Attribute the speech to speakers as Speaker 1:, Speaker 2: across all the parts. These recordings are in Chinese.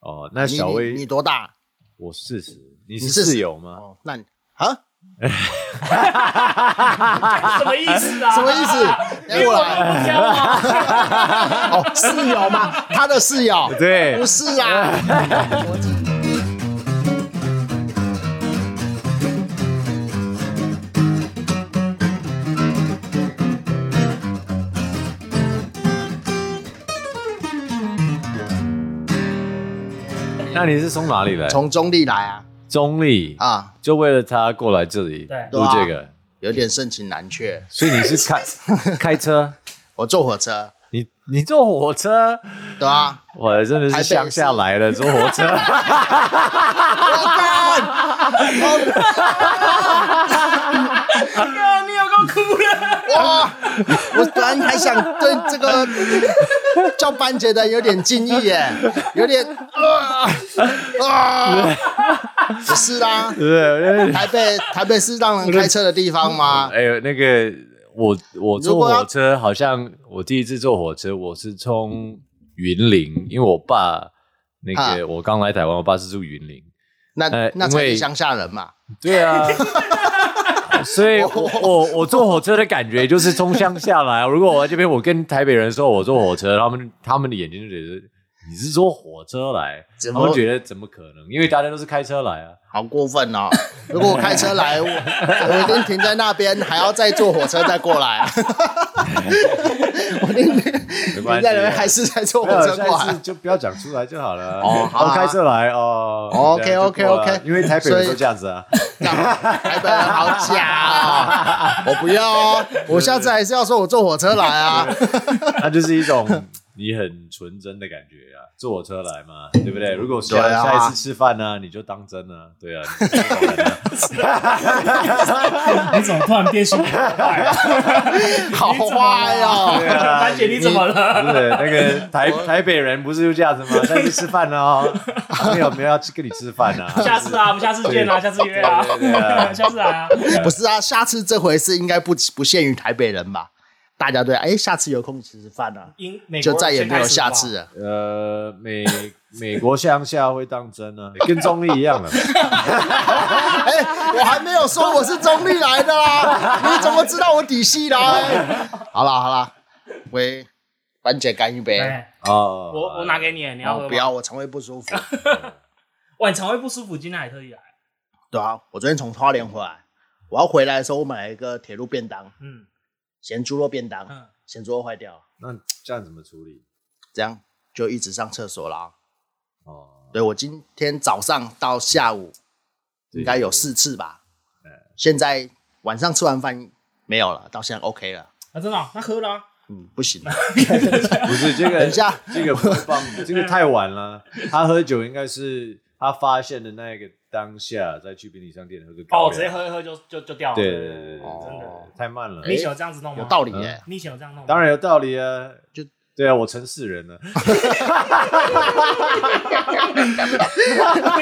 Speaker 1: 哦那
Speaker 2: 你
Speaker 1: 小
Speaker 2: 你
Speaker 1: 薇，
Speaker 2: 你多大？
Speaker 1: 我四十，你
Speaker 2: 你
Speaker 1: 是
Speaker 2: 40
Speaker 1: 室友吗？
Speaker 2: 哦，那你啊，
Speaker 3: 什么意思啊？
Speaker 2: 什么意 思？
Speaker 3: 因
Speaker 2: 来
Speaker 3: 为
Speaker 2: 过
Speaker 3: 我
Speaker 2: 来
Speaker 3: 们不啊交往，
Speaker 2: 哦，室友吗？他的室友？
Speaker 1: 对
Speaker 2: 不是啊。
Speaker 1: 那你是从哪里来？
Speaker 2: 从中立来啊
Speaker 1: 中立，
Speaker 2: 啊，
Speaker 1: 就为了他过来这里
Speaker 3: 对
Speaker 1: 录这个，
Speaker 2: 有点盛情难却。
Speaker 1: 所以你是 开开车，
Speaker 2: 我坐火车，
Speaker 1: 你你坐火车，
Speaker 2: 对吧、
Speaker 1: 我真的
Speaker 2: 台
Speaker 1: 是
Speaker 2: 北
Speaker 1: 乡下
Speaker 2: 市
Speaker 1: 来的，坐火车。
Speaker 3: 啊你有够哭了。
Speaker 2: 哇，我突然还想对这个叫班杰的有点敬意耶，有点啊 啊，不是啦，
Speaker 1: 对，
Speaker 2: 台北台北是让人开车的地方吗？
Speaker 1: 哎呦，那个我我
Speaker 2: 如
Speaker 1: 坐
Speaker 2: 果要
Speaker 1: 火车，好像我第一次坐火车，我是从云林，因为我爸那
Speaker 2: 啊
Speaker 1: 个我刚来台湾，我爸是住云林。
Speaker 2: 那
Speaker 1: 呃
Speaker 2: 那
Speaker 1: 因
Speaker 2: 才是
Speaker 1: 为
Speaker 2: 乡下人嘛。
Speaker 1: 对啊， 所 以我我我坐火车的感觉就是从乡下来。如果我在这边，我跟台北人说我坐火车，他们他们的眼睛就觉得你是坐火车来，
Speaker 2: 怎
Speaker 1: 他
Speaker 2: 么
Speaker 1: 们觉得怎么可能？因为大家都是开车来啊。
Speaker 2: 好过分哦！ 如果我开车来，我我一定停在那边，还要再坐火车再过来、 啊。我一定停
Speaker 1: 关系
Speaker 2: 在那边，还是再坐
Speaker 1: 没
Speaker 2: 火
Speaker 1: 有，
Speaker 2: 车
Speaker 1: 下
Speaker 2: 过
Speaker 1: 一
Speaker 2: 来
Speaker 1: 次。就不要讲出来就好了。
Speaker 2: 哦好啊
Speaker 1: 开车来哦。
Speaker 2: 哦
Speaker 1: 这样就
Speaker 2: OK，OK，
Speaker 1: 过了
Speaker 2: OK
Speaker 1: 因为台北人
Speaker 2: 所
Speaker 1: 都
Speaker 2: 以
Speaker 1: 这样子啊。
Speaker 2: 台北人好假哦！我不要哦，我下次还是要说我坐火车来 啊。
Speaker 1: 它就是一种你很纯真的感觉啊，坐火车来嘛，对不对？如果下、
Speaker 2: 对啊
Speaker 1: 下一次吃饭呢、你就当真啊，对啊，你就当真啊
Speaker 3: 你怎么突然变心？
Speaker 2: 好坏
Speaker 1: 对
Speaker 2: 哦！
Speaker 1: 啊
Speaker 3: 班姐你怎么了？
Speaker 1: 不是那个 台台北人不是就这样子吗？下次吃饭呢、哦，没有没有要去跟你吃饭啊，
Speaker 3: 下次啊，我们下次见啊，下次约啊
Speaker 1: 对对对啊，
Speaker 3: 下次来啊。
Speaker 2: 不是啊，下次这回事应该不不限于台北人吧？大家对，哎，下次有空吃吃饭啊，
Speaker 3: 英美国
Speaker 2: 就再也没有下次
Speaker 3: 了。
Speaker 2: 了。
Speaker 1: 呃，美美国乡下会当真啊，跟中立一 样的。
Speaker 2: 哎，我还没有说我是中立来的啦，你怎么知道我底细啦？哎好啦好啦，喂，班姐干一杯。
Speaker 3: 哎，
Speaker 1: 哦，
Speaker 3: 我我拿给你，你要喝
Speaker 2: 哦
Speaker 3: 吗
Speaker 2: 不要，？我肠胃不舒服。
Speaker 3: 哇，你肠胃不舒服，今天还特意来。
Speaker 2: 对啊，我昨天从花莲回来，我要回来的时候，我买了一个铁路便当，
Speaker 3: 嗯
Speaker 2: 咸猪肉便当，
Speaker 3: 嗯，
Speaker 2: 咸猪肉坏掉了，
Speaker 1: 那这样怎么处理？
Speaker 2: 这样就一直上厕所啦。
Speaker 1: 哦，
Speaker 2: 对我今天早上到下午应该有四次吧
Speaker 1: 嗯，
Speaker 3: 哎
Speaker 2: 现在晚上吃完饭没有了，到现在 OK 了，
Speaker 3: 啊，真的哦，那喝了啊。
Speaker 2: 嗯，不 行了，
Speaker 1: 不是这个，
Speaker 2: 等一下
Speaker 1: 这个不棒，这个太晚了。他喝酒应该是他发现的那个当下，再去便利商店喝个高
Speaker 3: 哦，
Speaker 1: 粱。
Speaker 3: 我直接喝一喝就就就掉了。
Speaker 1: 对。对对对对，
Speaker 2: 哦
Speaker 1: 真的太慢了。
Speaker 3: 你以前有这样子弄吗？
Speaker 2: 有道理耶、
Speaker 3: 你以前有这样弄吗？
Speaker 1: 当然有道理啊，
Speaker 2: 就
Speaker 1: 就对啊，我城市人呢，
Speaker 3: 你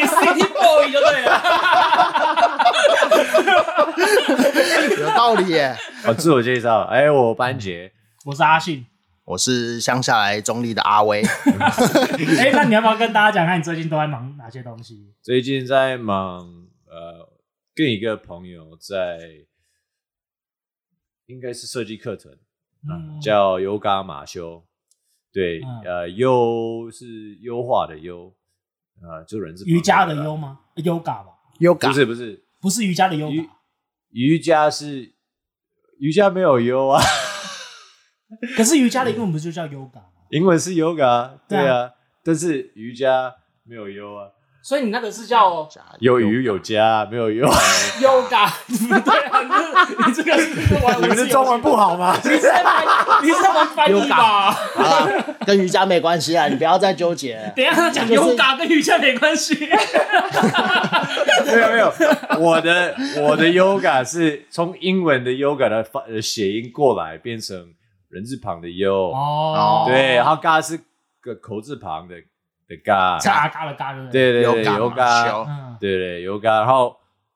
Speaker 3: City Boy 就对了。
Speaker 2: 有道理耶、
Speaker 1: 我哦自我介绍，哎，我班杰，
Speaker 3: 我是阿信。
Speaker 2: 我是乡下来中立的阿 威，
Speaker 3: 哎，那你要不要跟大家讲，看你最近都在忙哪些东西？
Speaker 1: 最近在忙，呃，跟一个朋友在，应该是设计课程，
Speaker 3: 嗯，
Speaker 1: 叫优伽马修，对，
Speaker 3: 嗯
Speaker 1: 呃，优是优化的优，呃，就人字旁
Speaker 3: 瑜伽的
Speaker 1: 那个
Speaker 3: 优
Speaker 1: 啦，
Speaker 3: 吗？Yoga 吧，
Speaker 2: 优
Speaker 1: 不
Speaker 2: 感
Speaker 1: 是不是，
Speaker 3: 不是瑜伽的
Speaker 1: 瑜
Speaker 3: Yoga。
Speaker 1: 瑜伽是瑜伽没有优啊，
Speaker 3: 可是瑜伽的英文不就叫 Yoga 吗？
Speaker 1: 英文是 yoga，对
Speaker 3: 对
Speaker 1: 啊，但是瑜伽没有优啊，
Speaker 3: 所以你那个是 叫
Speaker 1: 有瑜有家没有优，啊
Speaker 3: Yoga，不对啊，你这你这个是玩
Speaker 1: 你们的中文不好吗？
Speaker 3: 你是在翻，你是在玩翻译 吧？
Speaker 2: 好啦，跟瑜伽没关系啊，你不要再纠结 了。
Speaker 3: 等一下他讲
Speaker 2: 就是
Speaker 3: 优嘎跟瑜伽没关 系，
Speaker 1: 没有没有，我的我的 yoga 是从英文的 yoga 的发呃谐音过来变成人字旁的 u，
Speaker 3: 哦
Speaker 1: 对，然后嘎是个口字旁的的嘎，
Speaker 3: 嘎嘎了嘎了，，
Speaker 1: 对对对，
Speaker 2: 感
Speaker 1: 油
Speaker 2: 嘛
Speaker 1: 嘎，
Speaker 2: 修
Speaker 3: 嗯，
Speaker 1: 对对油嘎，然后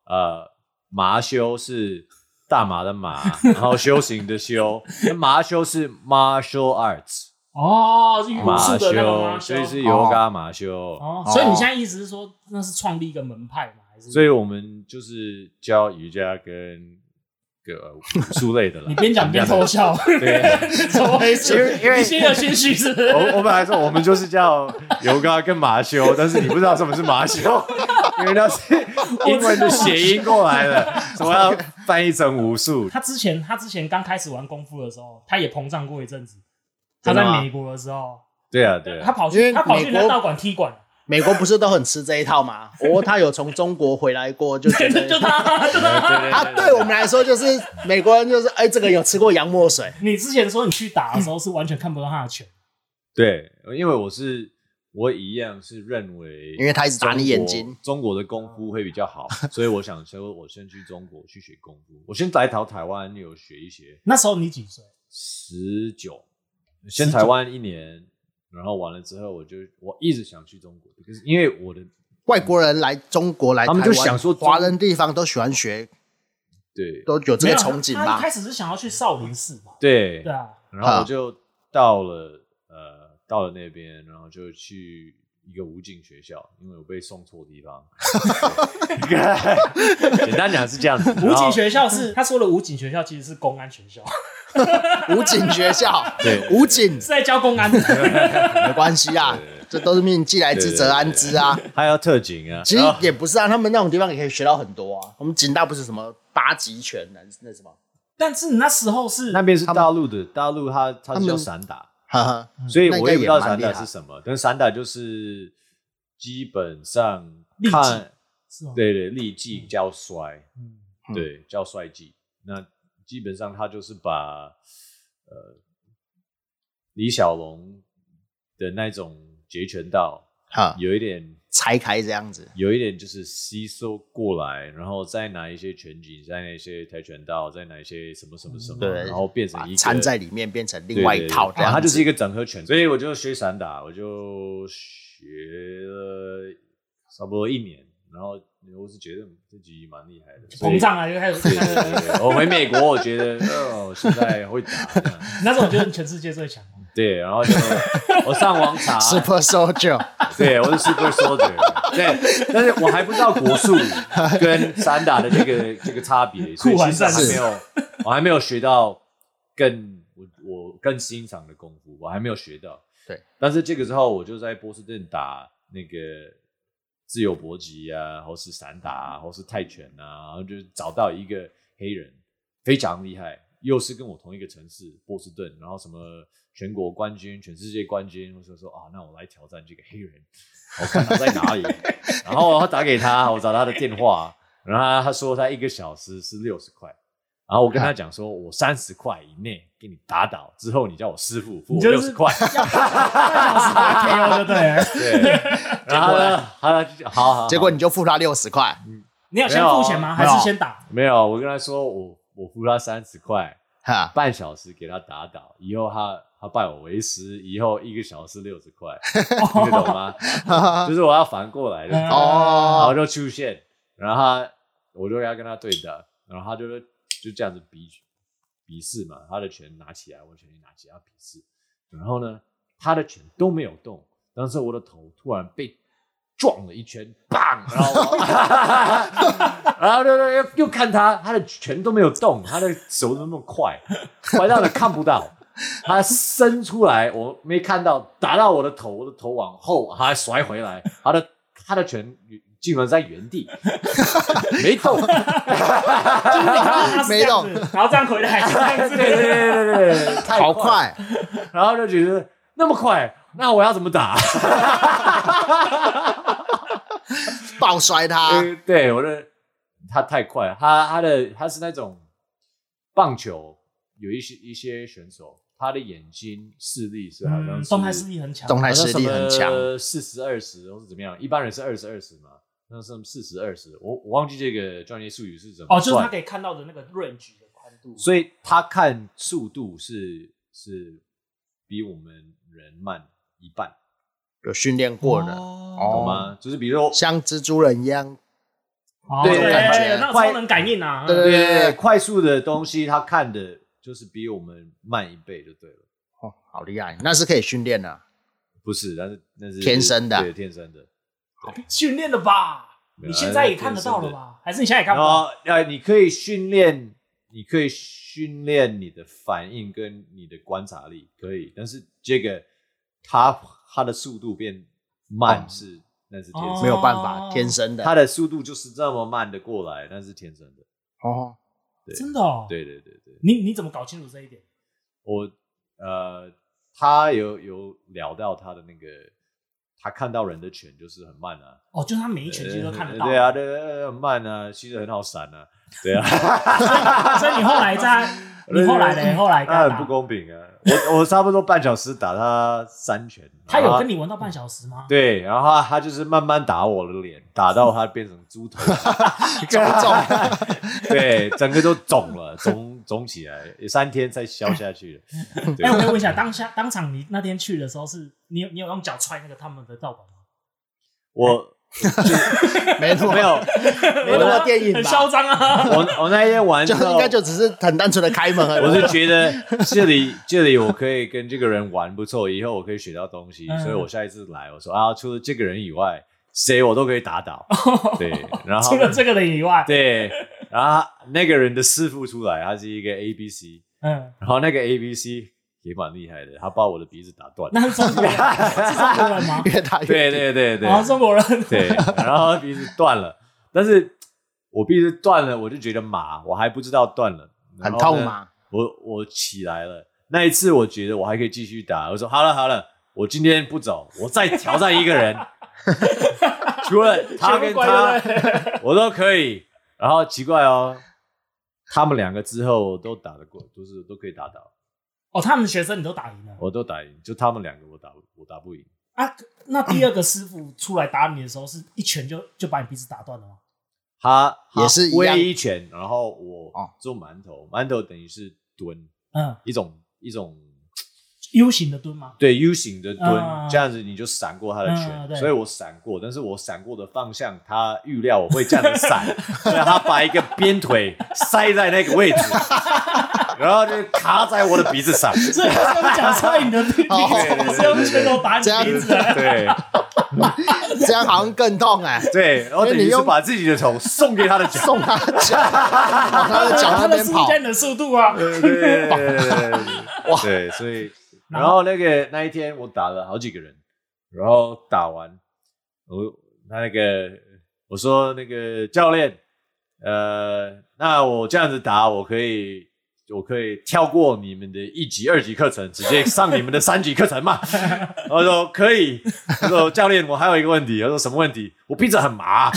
Speaker 1: 呃麻修是 大麻的麻，然后修行的修，那麻修是 martial arts，
Speaker 3: 哦，是鱼骨
Speaker 1: 马
Speaker 3: 术的那个
Speaker 1: 修，
Speaker 3: 吗？
Speaker 1: 所以是尤嘎马修。
Speaker 3: 哦，所以你现在意思是说那是创立一个门派吗？还是
Speaker 1: 所以我们就是教瑜伽跟呃个武术类的啦。
Speaker 3: 你边讲边 偷笑，
Speaker 1: 对，
Speaker 3: 怎么回事？
Speaker 1: 因为因为
Speaker 3: 你现在有心虚是不是？
Speaker 1: 我我本来说我们就是叫尤嘎跟马 修，但是你不知道什么是马修，因为那是英文的谐音过来的，所以我要翻译成武术。
Speaker 3: 他之前他之前刚开始玩功夫的时候，他也膨胀过一阵子。他
Speaker 2: 真的吗
Speaker 3: 在美国的时候，
Speaker 1: 对啊，对
Speaker 3: 他
Speaker 1: 啊，
Speaker 3: 跑
Speaker 2: 因
Speaker 3: 去
Speaker 2: 为
Speaker 3: 他跑去
Speaker 2: 美
Speaker 3: 那
Speaker 2: 国
Speaker 3: 道馆踢馆，
Speaker 2: 美国不是都很吃这一套吗？哦，他有从中国回来过，就觉
Speaker 3: 就
Speaker 2: 得
Speaker 3: 他就他。
Speaker 1: 对
Speaker 2: 啊，对我们来说就是美国人就是哎，这个有吃过洋墨水，
Speaker 3: 你之前说你去打的时候是完全看不到他的拳，
Speaker 1: 对，因为我是我一样是认为，
Speaker 2: 因为他一直打你眼睛。
Speaker 1: 中国的功夫会比较好，所以我想说，我先去中国去学功夫。我先来到台湾有学一些
Speaker 3: 那时候你几岁？
Speaker 1: 十九，先台湾一年，然后完了之后，我就我一直想去中国，就是因为我的
Speaker 2: 外国人来中国来台
Speaker 1: 他
Speaker 2: 湾，
Speaker 1: 们就想说中
Speaker 2: 华人地方都喜欢学，
Speaker 1: 对
Speaker 2: 都有这
Speaker 3: 没
Speaker 2: 个
Speaker 3: 有
Speaker 2: 憧憬
Speaker 3: 他他一
Speaker 2: 吧？
Speaker 3: 开始是想要去少林寺嘛？
Speaker 1: 对
Speaker 3: 对啊，
Speaker 1: 然后我就到了呃到了那边，然后就去一个武警学校，因为我被送错地方。 对简单讲是这样子，
Speaker 3: 武
Speaker 1: 然后
Speaker 3: 警学校是他说的武警学校其实是公安学校，
Speaker 2: 武警学校，
Speaker 1: 对
Speaker 2: 武警
Speaker 3: 是在教公安的。
Speaker 2: 没关系啊，这都是命，既来之则安之啊。
Speaker 1: 还有特警啊，
Speaker 2: 其实
Speaker 1: 然后
Speaker 2: 也不是啊，他们那种地方也可以学到很多啊。我们警大不是什么八极拳，那那什么，
Speaker 3: 但是你那时候是
Speaker 1: 那边是大陆的，大陆它它是叫散打，
Speaker 2: 哈哈，
Speaker 1: 所以
Speaker 2: 嗯那应
Speaker 1: 我
Speaker 2: 该
Speaker 1: 也
Speaker 2: 也
Speaker 1: 不知道
Speaker 2: 蛮
Speaker 1: 散
Speaker 2: 厉
Speaker 1: 打
Speaker 2: 害
Speaker 1: 是什么，但是散打就是基本上
Speaker 3: 力
Speaker 1: 看
Speaker 3: 是吗？
Speaker 1: 对对力技较衰，
Speaker 3: 嗯，
Speaker 2: 嗯
Speaker 1: 对，叫帅技。那基本上他就是把呃李小龙的那种截拳道，
Speaker 2: 哈，
Speaker 1: 有一点
Speaker 2: 拆开这样子，
Speaker 1: 有一点就是吸收过来，然后再拿一些拳击，再拿一些跆拳道，再拿一些什么什么什么，
Speaker 2: 嗯对
Speaker 1: 然后变成
Speaker 2: 把
Speaker 1: 一个
Speaker 2: 掺在里面变成
Speaker 1: 对
Speaker 2: 另外一套
Speaker 1: 对
Speaker 2: 这
Speaker 1: 对
Speaker 2: 样
Speaker 1: 哦它就是一
Speaker 2: 个
Speaker 1: 个整合拳。所以我就学散打，我就学了差不多一年，然后我是觉得自己蛮厉害的，所以
Speaker 3: 膨胀啊，就开始。
Speaker 1: 对对对对，我回美国，我觉得哦，我现在会打这样，
Speaker 3: 那时候我觉得你全世界最强。
Speaker 1: 对，然后就我上网 查，
Speaker 2: Super Soldier，
Speaker 1: 对，我是 super soldier，对，但是我还不知道国术跟散打的这个这个差 别，所以其实还没有，我还没有学到更我我更欣赏的功夫，我还没有学到，
Speaker 2: 对，
Speaker 1: 但是这个时候我就在波士顿打那个。自由搏击啊，或是散打、啊，或是泰拳啊，然后就找到一个黑人，非常厉害，又是跟我同一个城市波士顿，然后什么全国冠军、全世界冠军，我就说啊，那我来挑战这个黑人，我看他在哪里，然后我打给他，我找他的电话，然后他他说他一个小时是六十块。然后我跟他讲说，我三十块以内给你打倒，之后你叫我师傅付
Speaker 3: 你
Speaker 1: 我
Speaker 3: 就
Speaker 1: 六
Speaker 3: 是
Speaker 1: 十块，
Speaker 3: KO 就对了。
Speaker 1: 对。然后呢，他就好好好，
Speaker 2: 结果你就付他六十块，
Speaker 3: 你有先付钱吗？还
Speaker 2: 没有
Speaker 3: 是先打？
Speaker 1: 没有，我跟他说我我付他三十块，
Speaker 2: 哈，
Speaker 1: 半小时给他打倒，以后他他拜我为师，以后一个小时六十块，听得懂 吗？就是我要反过来的，
Speaker 3: 嗯
Speaker 1: 然后
Speaker 2: 哦，
Speaker 1: 就出现，然后他我就要跟他对打，然后他就是就这样子比比试嘛，他的拳拿起来，我的拳也拿起来他比试，然后呢，他的拳都没有动，但是我的头突然被撞了一圈，砰！然后我， 然后又又又又看他，他的拳都没有动，他的手都那么快，快到了看不到。 他伸出来，我没看到，打到我的头，我的头往后，他还甩回来，他的他的拳竟然在原 地没动，
Speaker 3: 啊他是这样子
Speaker 2: 没，
Speaker 3: 然后这样 回来，这样子
Speaker 1: 啊对对对对对对，太
Speaker 2: 好快，
Speaker 1: 然后就觉得那么快，那我要怎么打？
Speaker 2: 爆摔他，
Speaker 1: 呃 对，我的他太快了，他他的他是那种棒球有一些一些选手，他的眼睛视力是好像
Speaker 3: 嗯
Speaker 1: 是
Speaker 3: 动态视力很强。
Speaker 2: 动态视力很强，
Speaker 1: 四十二十或是怎么样，一般人是二十二十嘛，那是四十二十，我我忘记这个专业术语是怎么
Speaker 3: 哦，就是他
Speaker 1: 算
Speaker 3: 可以看到的那个 range 的宽度。
Speaker 1: 所以他看速度是是比我们人慢一半，
Speaker 2: 有训练过的，
Speaker 3: 哦，
Speaker 1: 懂吗？就是比如说
Speaker 2: 像蜘蛛人一样，
Speaker 1: 对
Speaker 3: 哦对，
Speaker 2: 感觉
Speaker 3: 那种超能感应啊。
Speaker 2: 对
Speaker 1: 对对对，快速的东西他看的就是比我们慢一倍就对了。
Speaker 2: 哦好厉害，那是可以训练的。
Speaker 1: 不是，但是那是
Speaker 2: 天生的
Speaker 1: 对，天生的。
Speaker 3: 嗯训练的吧？
Speaker 1: 没有
Speaker 3: 你现在也看得到了吧？还是你现在也看
Speaker 1: 然
Speaker 3: 不到？
Speaker 1: 后呃，你可以训练，你可以训练你的反应跟你的观察力，可以。但是这个他他的速度变慢
Speaker 2: 哦
Speaker 1: 是、那是天
Speaker 3: 哦
Speaker 1: 生
Speaker 2: 没
Speaker 1: 的，
Speaker 2: 有办法，天生的。
Speaker 1: 他的速度就是这么慢的过来，那是天生的。
Speaker 2: 哦，
Speaker 1: 对
Speaker 3: 真的哦。，
Speaker 1: 对对对对，
Speaker 3: 你你怎么搞清楚这一点？
Speaker 1: 我呃，他有有聊到他的那个，他看到人的拳就是很慢啊，
Speaker 3: 哦，就是他每一拳其实都看得到。
Speaker 1: 呃对啊，，对对对很慢啊，其实很好闪啊，对啊。
Speaker 3: 所以你后 来在，你后来呢？后来
Speaker 1: 他
Speaker 3: 干
Speaker 1: 很不
Speaker 3: 嘛？
Speaker 1: 公平啊！我我差不多半小时打他三拳，
Speaker 3: 他
Speaker 1: 然
Speaker 3: 有
Speaker 1: 后
Speaker 3: 跟你玩到半小时吗？
Speaker 1: 啊对，然后他他就是慢慢打我的脸，打到他变成猪 头，肿 肿，对，整个都肿了，肿肿起来，三天才消下去了。对
Speaker 3: 哎，我可以问一下，当下当场你那天去的时候是，你有你有用脚踹那个他们的道馆吗？
Speaker 1: 我
Speaker 2: 没那么
Speaker 1: 没有，
Speaker 2: 没那么电影
Speaker 3: 很
Speaker 2: 吧
Speaker 3: 嚣，张 啊！
Speaker 1: 我我那天玩
Speaker 2: 就
Speaker 1: 之
Speaker 2: 应
Speaker 1: 后
Speaker 2: 该，就只是很单纯的开门而已。
Speaker 1: 我是觉得这里这里我可以跟这个人玩不错，以后我可以学到东西，
Speaker 3: 嗯
Speaker 1: 所以我下一次来我说啊，除了这个人以外，谁我都可以打 倒。对，然后
Speaker 3: 除了这个人以外，
Speaker 1: 对，然后那个人的师傅出来，他是一个 A B C，
Speaker 3: 嗯，
Speaker 1: 然后那个 A B C 也蛮厉害的，他把我的鼻子打断。
Speaker 3: 嗯那是中国人，是中国人吗？
Speaker 2: 越打越
Speaker 1: 对对对对
Speaker 3: 啊，中国人，
Speaker 1: 对，然后鼻子断了，但是我鼻子断了，我就觉得麻，我还不知道断了，然
Speaker 2: 很
Speaker 1: 后
Speaker 2: 痛
Speaker 1: 呢
Speaker 2: 嘛。
Speaker 1: 我我起来了，那一次我觉得我还可以继续打，我说好了好了，我今天不走，我再挑战一个人，除了他跟
Speaker 3: 全部怪
Speaker 1: 他
Speaker 3: 对不对
Speaker 1: 我都可以。然后奇怪哦，他们两个之后都打得过，都是都可以打倒，
Speaker 3: 哦，他们学生你都打赢了
Speaker 1: 我都打赢，就他们两个我打我打不赢。
Speaker 3: 啊？可那第二个师傅出来打你的时候，是一拳就就把你鼻子打断了吗？
Speaker 1: 他
Speaker 2: 也是一
Speaker 1: 挥
Speaker 2: 样
Speaker 1: 一拳，然后我
Speaker 2: 哦
Speaker 1: 做馒头，馒头等于是蹲
Speaker 3: 嗯
Speaker 1: 一种一种
Speaker 3: ，U 型的蹲吗？
Speaker 1: 对 U 型的蹲，
Speaker 3: 嗯
Speaker 1: 这样子你就闪过他的拳，
Speaker 3: 嗯对
Speaker 1: 所以我闪过，但是我闪过的方向，他预料我会这样子闪，所以他把一个鞭腿塞在那个位 置，然后就卡在我的鼻子上，
Speaker 3: 所以他是用脚踹你的鼻子，
Speaker 2: 哦
Speaker 3: 不是用拳头打你的鼻子。啊
Speaker 1: 对
Speaker 2: 这样好像更痛哎、
Speaker 1: 对，然后等
Speaker 2: 因为
Speaker 1: 于是
Speaker 2: 你用
Speaker 1: 把自己的头送给他的脚，
Speaker 2: 送他脚，往他的脚
Speaker 3: 他
Speaker 2: 那
Speaker 3: 的
Speaker 2: 边
Speaker 3: 速度
Speaker 2: 跑
Speaker 3: 加。你的速度啊！
Speaker 1: 对对对对对对，对，所以然后那个那一天我打了好几个人，然后打完，我那那个我说那个教练，呃，那我这样子打，我可以我可以跳过你们的一级、二级课程，直接上你们的三级课程 嘛？我说可以，我说教练，我还有一个问题，我说什么问题？我鼻子很麻。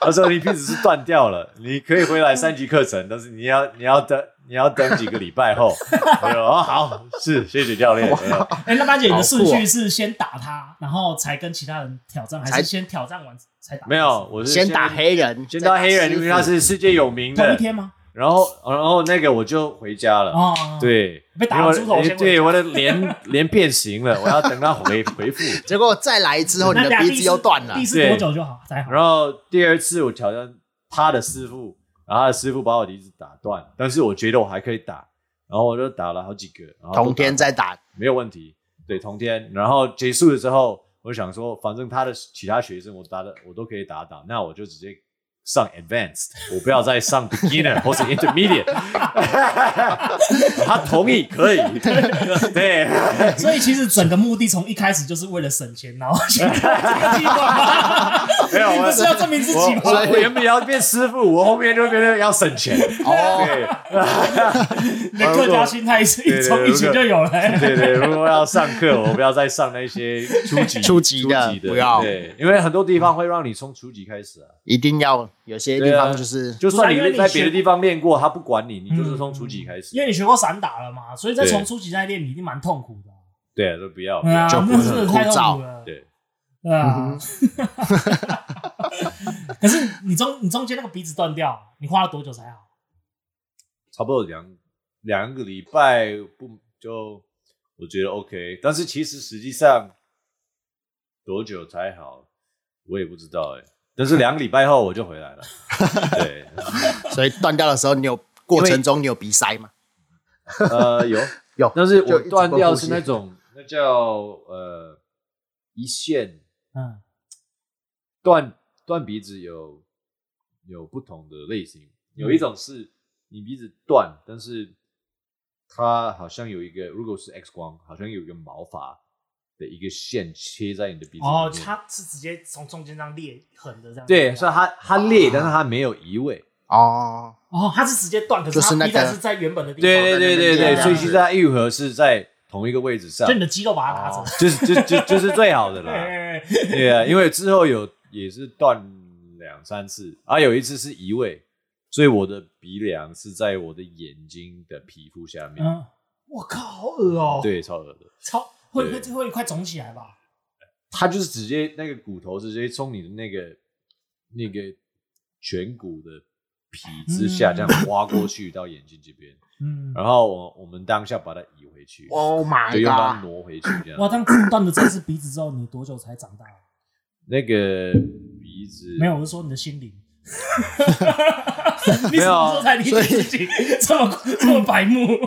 Speaker 1: 他说你鼻子是断掉了，你可以回来三级课程，但是你要你要等你要等几个礼拜后。我说哦好，是谢谢教练。
Speaker 3: 哎，那班姐，你的顺
Speaker 2: 好酷
Speaker 3: 序
Speaker 2: 哦
Speaker 3: 是先打他，然后才跟其他人挑战，还
Speaker 2: 才
Speaker 3: 是先挑战完才打？
Speaker 1: 没有，，我是
Speaker 2: 先打，黑人，
Speaker 1: 先打黑人，因为他是世界有名
Speaker 3: 同一
Speaker 1: 的。
Speaker 3: 天吗？
Speaker 1: 然后然后那个我就回家了。
Speaker 3: 哦，，
Speaker 1: 对，
Speaker 3: 被打
Speaker 1: 因为
Speaker 3: 了猪头
Speaker 1: 我
Speaker 3: 先回
Speaker 1: 对
Speaker 3: 家
Speaker 1: 我的脸脸变形了，我要等他回回复。
Speaker 2: 结果再来之哦后，你
Speaker 3: 那
Speaker 2: 的
Speaker 3: 俩
Speaker 2: 鼻子又断了
Speaker 3: 第。四多久就好才好？
Speaker 1: 然后第二次我挑战他的师傅，然后他的师傅把我的鼻子打断，但是我觉得我还可以打，然后我就打了好几个，然后都打
Speaker 2: 同天再打，
Speaker 1: 没有问题，对，同天。然后结束了之后，我就想说，反正他的其他学生我打的我都可以打倒，那我就直接上 advanced，我不要再上 beginner 或是 intermediate。他同意可以，对。
Speaker 3: 所以其实整个目的从一开始就是为了省钱，然后去 做这个计划，
Speaker 1: 没有，我
Speaker 3: 不是要证明自己吗？
Speaker 1: 我我原本要变师傅，我后面就变成要省钱。
Speaker 2: 哦，
Speaker 1: 对
Speaker 3: 你的客家心态是一从以前就有了、欸。
Speaker 1: 对对，如果要上课，我不要再上那些初级、
Speaker 2: 初级的
Speaker 1: 初
Speaker 2: 不要
Speaker 1: 对，因为很多地方会让你从初级开始啊。
Speaker 2: 一定要有些地
Speaker 1: 对
Speaker 2: 方
Speaker 1: 啊
Speaker 2: 就是
Speaker 1: 就算你
Speaker 3: 不是啊因为你
Speaker 1: 在
Speaker 3: 学
Speaker 1: 别的地方练过，他不管你，你就是从初级开始。
Speaker 3: 嗯因为你学过散打了嘛，所以在
Speaker 1: 对
Speaker 3: 从初级在练，你一定蛮痛苦的。
Speaker 1: 对啊，都不要。不
Speaker 3: 对
Speaker 1: 要
Speaker 3: 啊，
Speaker 2: 就
Speaker 3: 那真的太痛苦了。
Speaker 1: 对，
Speaker 3: 对
Speaker 2: 嗯
Speaker 3: 啊。可是你中你中间那个鼻子断掉，你花了多久才好？
Speaker 1: 差不多两两个礼拜不就我觉得 OK，但是其实实际上多久才好，我也不知道哎、但是两个礼拜后我就回 来了，对，
Speaker 2: 所以断掉的时候，你有过程中你有鼻塞吗？
Speaker 1: 呃，有
Speaker 2: 有，
Speaker 1: 但是
Speaker 2: 就
Speaker 1: 我
Speaker 2: 一直
Speaker 1: 断
Speaker 2: 不
Speaker 1: 掉
Speaker 2: 呼
Speaker 1: 是
Speaker 2: 吸
Speaker 1: 那种那叫呃一线
Speaker 3: 嗯，
Speaker 1: 断断鼻子有有不同的类型，有
Speaker 3: 嗯
Speaker 1: 一种是你鼻子断，但是它好像有一个，如果是 X 光，好像有一个毛发的一个线切在你的鼻子
Speaker 3: 哦，
Speaker 1: 里面。
Speaker 3: 它是直接从中间这样裂痕的这样。
Speaker 1: 对，所以它它裂，但是它没有移位。
Speaker 2: 哦，
Speaker 3: 哦，它是直接断，可是
Speaker 2: 就是
Speaker 3: 它
Speaker 2: 那
Speaker 3: 鼻带
Speaker 2: 个
Speaker 3: 是在原本的地方。
Speaker 1: 对对对对对，
Speaker 3: 对
Speaker 1: 所以现在愈合是在同一个位置上
Speaker 3: 就，你的肌肉把它拿
Speaker 1: 哦
Speaker 3: 走。
Speaker 1: 就是就就就是最好的啦。
Speaker 3: 哎
Speaker 1: 对啊，因为之后有也是断两三次，啊，有一次是移位，所以我的鼻梁是在我的眼睛的皮肤下面，
Speaker 3: 嗯，我靠，好恶哦、，
Speaker 1: 对，超恶的。
Speaker 3: 超会
Speaker 1: 对
Speaker 3: 会会快肿起来吧？
Speaker 1: 它就是直接那个骨头直接从你的那个那个颧骨的皮之下这样挖过去到眼睛这边，
Speaker 3: 嗯，
Speaker 1: 然后我我们当下把它移回去，就
Speaker 2: ，Oh my
Speaker 1: 用它
Speaker 2: god，
Speaker 1: 挪回去这
Speaker 3: 哇，
Speaker 1: 样。
Speaker 3: 当你断了这次鼻子之后，你多久才长大？
Speaker 1: 那个鼻子
Speaker 3: 没有，我是说你的 心灵。
Speaker 1: 啊
Speaker 3: 你什么时候才理解
Speaker 2: 所以
Speaker 3: 自己这么这么白目？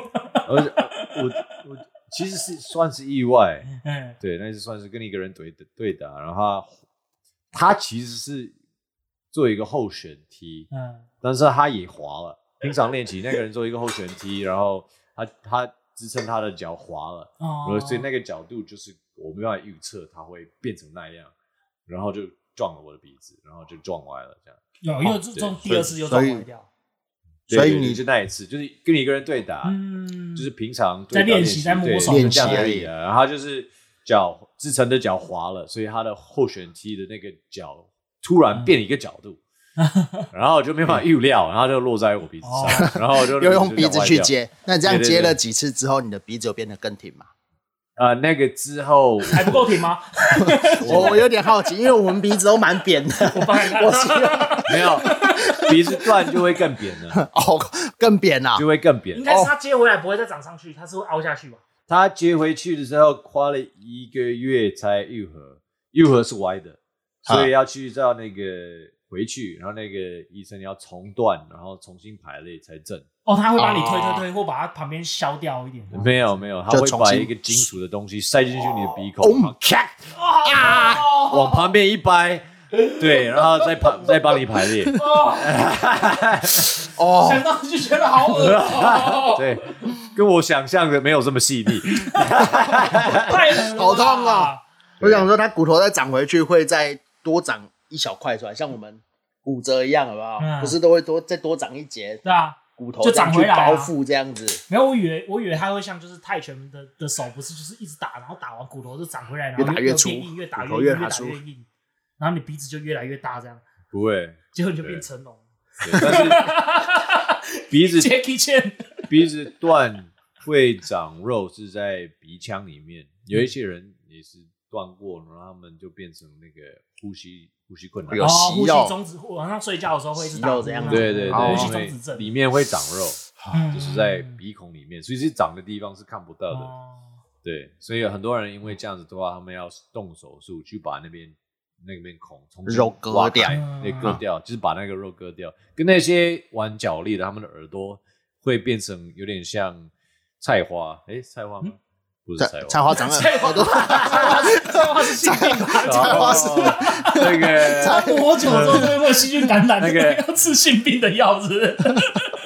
Speaker 1: 而且我我我其实是算是意 外，
Speaker 3: 哎，
Speaker 1: 对，那是算是跟一个人对对打，然后他他其实是做一个后旋踢，
Speaker 3: 嗯，
Speaker 1: 但是他也滑 了。平常练习那个人做一个后旋踢，然后他他支撑他的脚滑了，
Speaker 3: 哦
Speaker 1: 然后所以那个角度就是我没办法预测他会变成那样，然后就撞了我的鼻子，然后就撞歪了这样。
Speaker 3: 有又这种
Speaker 1: 哦对
Speaker 3: 第二次又
Speaker 2: 所
Speaker 3: 撞
Speaker 2: 以
Speaker 3: 歪掉，
Speaker 1: 对
Speaker 2: 所以
Speaker 1: 对对
Speaker 2: 你
Speaker 1: 就那一次，就是跟一个人对打，
Speaker 3: 嗯，
Speaker 1: 啊就是平常对
Speaker 3: 在
Speaker 1: 打
Speaker 3: 练
Speaker 1: 练
Speaker 3: 习在摸
Speaker 2: 索
Speaker 1: 对这样
Speaker 2: 练习
Speaker 1: 而已啊。然后他就是脚志成的脚滑了，所以他的后旋踢的那个脚突然变一个角度，
Speaker 3: 嗯
Speaker 1: 然后我就没办法预料，然后就落在我鼻子上，
Speaker 3: 哦
Speaker 1: 然后我就
Speaker 2: 又用鼻子去
Speaker 1: 就这样
Speaker 2: 接，那你这样
Speaker 1: 对对
Speaker 2: 接
Speaker 1: 对
Speaker 2: 了几次之后，你的鼻子有变得更挺吗？
Speaker 1: 歪掉。呃，那个之 后
Speaker 3: 还不够挺 吗？
Speaker 2: 我我有点好奇，因为我们鼻子都蛮扁的，
Speaker 3: 我帮你看，
Speaker 2: 我希望
Speaker 1: 没有鼻子断就会更扁了，
Speaker 2: 哦更扁啊
Speaker 1: 就，会更扁
Speaker 3: 应。该是它接回来不会再长上去，它是会凹下去吧？
Speaker 1: 他接回去的时候花了一个月才愈合，愈合是歪的，所以要去到那个回去，然后那个医生要重断，然后重新排列才正。
Speaker 3: 哦，它会把你推
Speaker 2: 哦
Speaker 3: 推推，或把它旁边削掉一点。
Speaker 1: 啊没有没有，他
Speaker 2: 就
Speaker 1: 会
Speaker 2: 重
Speaker 1: 把
Speaker 2: 新
Speaker 1: 一个金属的东西塞进去你的鼻孔，
Speaker 2: 哦
Speaker 1: 然后咔
Speaker 3: 哦，啊，
Speaker 1: 往旁边一掰，对，然后再排再帮你排 列。，
Speaker 2: 哦，
Speaker 3: 想到就觉得好恶哦
Speaker 1: 对，跟我想象的没有这么细腻。
Speaker 3: 太恶了吧
Speaker 2: 好痛啊！我想说，它骨头再长回去，会再多长一小块出来，像我们骨折一样，好不好？
Speaker 3: 嗯
Speaker 2: 不是都会多再多长一节
Speaker 3: 对啊，
Speaker 2: 骨头，
Speaker 3: 就长回来啊
Speaker 2: 包覆这样子。
Speaker 3: 没有，我以为我以为他会像就是泰拳的的手，不是就是一直打，然后打完骨头就长回来，然后
Speaker 2: 越打
Speaker 3: 越
Speaker 2: 越粗
Speaker 3: 变硬，越打
Speaker 2: 骨头
Speaker 3: 越
Speaker 2: 越
Speaker 3: 硬，越
Speaker 2: 打
Speaker 3: 打
Speaker 2: 粗
Speaker 3: 越硬，然后你鼻子就越来越大，这样，
Speaker 1: 不会，
Speaker 3: 结果你就变 成龙。
Speaker 1: 对但是鼻子
Speaker 3: Jackie Chan，
Speaker 1: 鼻子断会长肉是在鼻腔里面，有一
Speaker 3: 嗯
Speaker 1: 些人也是断过，然后他们就变成那个呼吸呼吸困难
Speaker 2: 有
Speaker 3: 哦，
Speaker 2: 哎，
Speaker 3: 呼
Speaker 2: 息肉
Speaker 3: 吸中止，晚上睡觉的时候会一直打啊
Speaker 2: 息肉这样子
Speaker 1: 对对
Speaker 2: 哦
Speaker 1: 对，
Speaker 3: 呼吸
Speaker 1: 因
Speaker 3: 中止
Speaker 1: 为
Speaker 3: 症
Speaker 1: 里面会长肉，
Speaker 3: 嗯
Speaker 1: 就是在鼻孔里面，所以是长的地方是看不到的。
Speaker 3: 哦
Speaker 1: 对，所以有很多人因为这样子的话，他们要动手术去把那边那边孔从
Speaker 2: 肉割掉
Speaker 1: 对，割
Speaker 3: 啊
Speaker 1: 掉，就是把那个肉割掉。跟那些玩脚力的，他们的耳朵会变成有点像菜花，诶，菜花吗？不是菜
Speaker 2: 菜
Speaker 1: 花，
Speaker 2: 菜花长耳
Speaker 3: 嗯菜花
Speaker 2: 朵，
Speaker 3: 这话是心病吧？
Speaker 1: 哦
Speaker 2: 菜花是
Speaker 1: 那
Speaker 3: 他
Speaker 1: 个
Speaker 3: 磨久之后就会有细菌感染，
Speaker 1: 那个
Speaker 3: 要吃性病的药，是不是？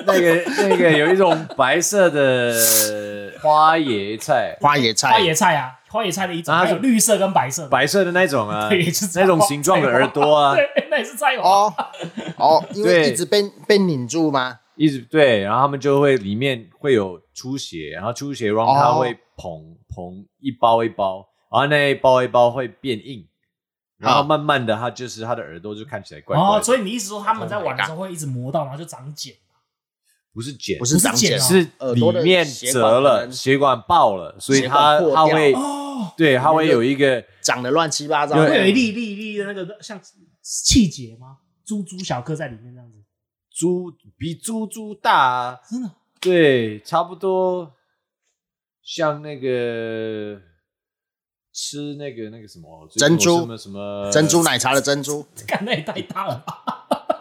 Speaker 1: 那个那个有一种白色的花椰菜，
Speaker 2: 花野菜，
Speaker 3: 花椰菜啊，花椰菜的一种，
Speaker 1: 哎啊
Speaker 3: 还有绿色跟白色的，
Speaker 1: 白色的那种啊
Speaker 3: 对就是，菜
Speaker 1: 那种
Speaker 3: 花
Speaker 1: 形状的耳朵啊，
Speaker 3: 对，那也是菜花。
Speaker 2: 哦哦，因为
Speaker 1: 对
Speaker 2: 一直被被拧住吗？
Speaker 1: 一直对，然后他们就会里面会有出血，然后出血，然后
Speaker 2: 哦
Speaker 1: 它会膨膨一包一包，然后那一包一包会变硬，然后
Speaker 2: 啊
Speaker 1: 慢慢的它就是它的耳朵就看起来怪怪
Speaker 3: 哦，
Speaker 1: 的，
Speaker 3: 所以你意思说他们在玩的时候会一直磨到，然后就长茧。
Speaker 1: 不是茧，
Speaker 2: 不是长
Speaker 3: 不哦
Speaker 2: 茧，
Speaker 1: 是
Speaker 2: 耳
Speaker 1: 里
Speaker 2: 朵的
Speaker 1: 面
Speaker 2: 血
Speaker 1: 折
Speaker 2: 管可
Speaker 1: 了，
Speaker 2: 能
Speaker 1: 血管爆了，所以
Speaker 2: 血
Speaker 1: 它
Speaker 2: 管破
Speaker 1: 它
Speaker 2: 掉
Speaker 1: 会
Speaker 3: 哦，
Speaker 1: 对它会有一个
Speaker 2: 长得乱七八糟。
Speaker 3: 会有一粒粒粒的那个像气节吗？珠珠小颗在里面这样子，
Speaker 1: 猪比猪猪大啊，
Speaker 3: 真的
Speaker 1: 对，差不多像那个吃那个那个什么最近
Speaker 2: 珍珠
Speaker 1: 我吃什么什么
Speaker 2: 珍珠奶茶的珍珠，
Speaker 3: 干那也太大了吧？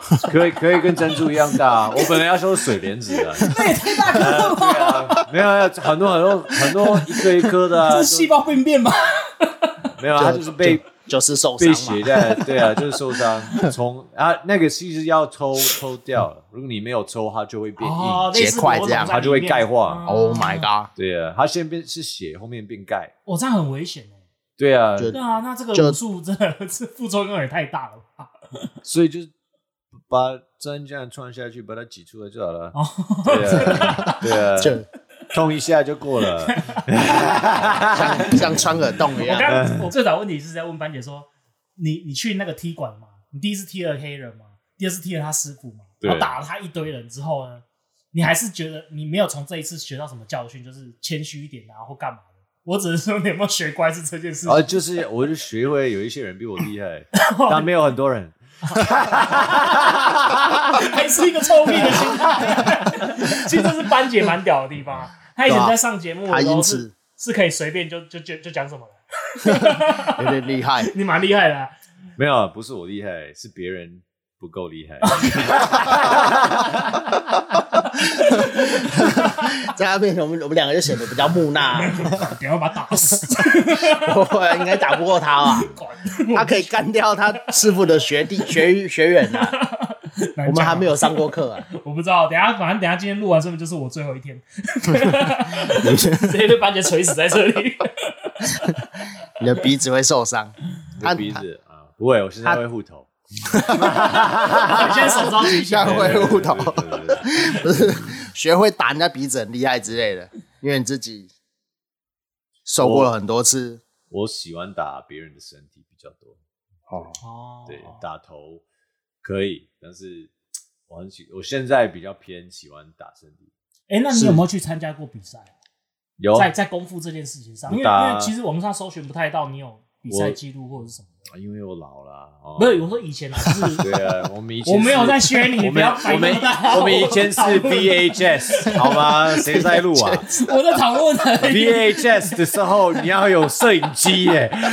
Speaker 1: 可以可以跟珍珠一样大啊。我本来要修水莲子 的，啊
Speaker 3: 那也太大颗了吧？
Speaker 1: 没有没有很多很多很多一颗一颗 的啊，
Speaker 3: 这
Speaker 1: 就是
Speaker 3: 细胞病变吧？
Speaker 1: 没有啊，它就是被
Speaker 2: 就是受
Speaker 1: 被
Speaker 2: 伤
Speaker 1: 携
Speaker 2: 嘛。
Speaker 1: 带，对啊，就是受伤，从啊那个其实要抽抽掉了，如果你没有抽，它就会变硬，
Speaker 3: 哦，类似
Speaker 2: 结块这样
Speaker 1: 啊
Speaker 3: 我懂在里面哦
Speaker 1: 它就会钙化。
Speaker 2: Oh my god！
Speaker 1: 对啊，它先变是血，后面变钙。
Speaker 3: 哦，这样很危险哎。
Speaker 1: 对啊，
Speaker 2: 就
Speaker 3: 对啊，那这个
Speaker 2: 就
Speaker 3: 武术真的 是副作用也太大了吧？
Speaker 1: 所以就是把针这样穿下去，把它挤出来就好了。
Speaker 3: 哦，
Speaker 1: 对啊，对啊，
Speaker 3: 嗯
Speaker 2: 就
Speaker 1: 痛一下就过了。
Speaker 2: 像像穿耳洞一
Speaker 3: 我
Speaker 2: 样，
Speaker 3: 刚我最早问题是在问班姐说，你你去那个踢馆嘛？你第一次踢了黑人嘛？第二次踢了他师傅嘛？
Speaker 1: 对
Speaker 3: 然后打了他一堆人之后呢，你还是觉得你没有从这一次学到什么教训，就是谦虚一点啊，或干嘛的？我只是说你有没有学乖是这件事情。
Speaker 1: 然
Speaker 2: 哦
Speaker 1: 后就是，我就学会有一些人比我厉害，但没有很多人。
Speaker 3: 还是一个臭屁的心态。 其实这是班姐蛮屌的地方啊。她以前在上节目
Speaker 2: 他
Speaker 3: 的时
Speaker 2: 因
Speaker 3: 候是、
Speaker 2: 此
Speaker 3: 是可以随便就就就就讲什么的，
Speaker 2: 有点厉害。
Speaker 3: 你蛮厉害的啊、
Speaker 1: 没有，不是我厉害，是别人不够厉害。
Speaker 2: 在他面前，我们我们两个就显得比较木讷，
Speaker 3: 等一下把他打死，
Speaker 2: 我应该打不过他吧？
Speaker 3: 管
Speaker 2: 他可以干掉他师傅的学弟学学员啊！我们还没，有上过课啊，
Speaker 3: 我不知道。等一下反正等一下今天录完，说明就是我最后 一天，直接被班姐锤死在这 里。
Speaker 2: 你的鼻子会受伤。
Speaker 1: 我
Speaker 2: 他
Speaker 1: 鼻子啊，不会，我现在会护头，
Speaker 3: 我现在手上举起
Speaker 2: 他
Speaker 3: 来，
Speaker 2: 会护头，
Speaker 1: 对对对对
Speaker 2: 不是学会打人家鼻子很厉害之类的，因为你自己受过了很多次。
Speaker 1: 我喜欢打别人的身体比较多。
Speaker 2: 哦，
Speaker 3: 哦，
Speaker 1: 对，打头可以，但是我很喜，我现在比较偏喜欢打身体。
Speaker 3: 哎、那你有没有去参加过比赛？
Speaker 1: 有啊
Speaker 3: 在在功夫这件事情上，因为
Speaker 1: 打
Speaker 3: 因为其实网络上搜寻不太到你有比赛记录或者是什么的。
Speaker 1: 因为我老了，哦
Speaker 3: 没有，我说以前啊，就是
Speaker 1: 对啊，我 们以前
Speaker 3: 我没有
Speaker 1: 是
Speaker 3: 在学你，
Speaker 1: 我
Speaker 3: 不
Speaker 1: 们
Speaker 3: 要反
Speaker 1: 我们
Speaker 3: 应大。
Speaker 1: 我们以前是 VHS 好吗？谁在录 啊
Speaker 3: 我在讨论的，
Speaker 1: ？VHS 的时候你要有摄影机耶，
Speaker 3: 根本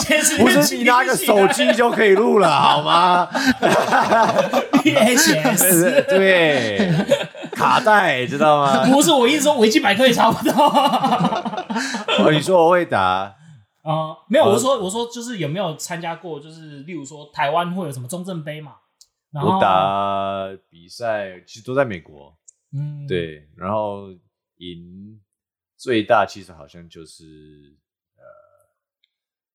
Speaker 3: 前十
Speaker 1: 不
Speaker 3: 年
Speaker 1: 是你拿个手机就可以录了好吗？
Speaker 3: VHS，
Speaker 1: 对，卡带知道吗？
Speaker 3: 不是我一直说维基百科也查 不到啊、
Speaker 1: 哦，你说我会打，
Speaker 3: 哦没有，我是说我说就是有没有参加过，就是例如说台湾会有什么中正杯嘛，然后
Speaker 1: 我打比赛其实都在美国。
Speaker 3: 嗯，
Speaker 1: 对，然后赢最大其实好像就是呃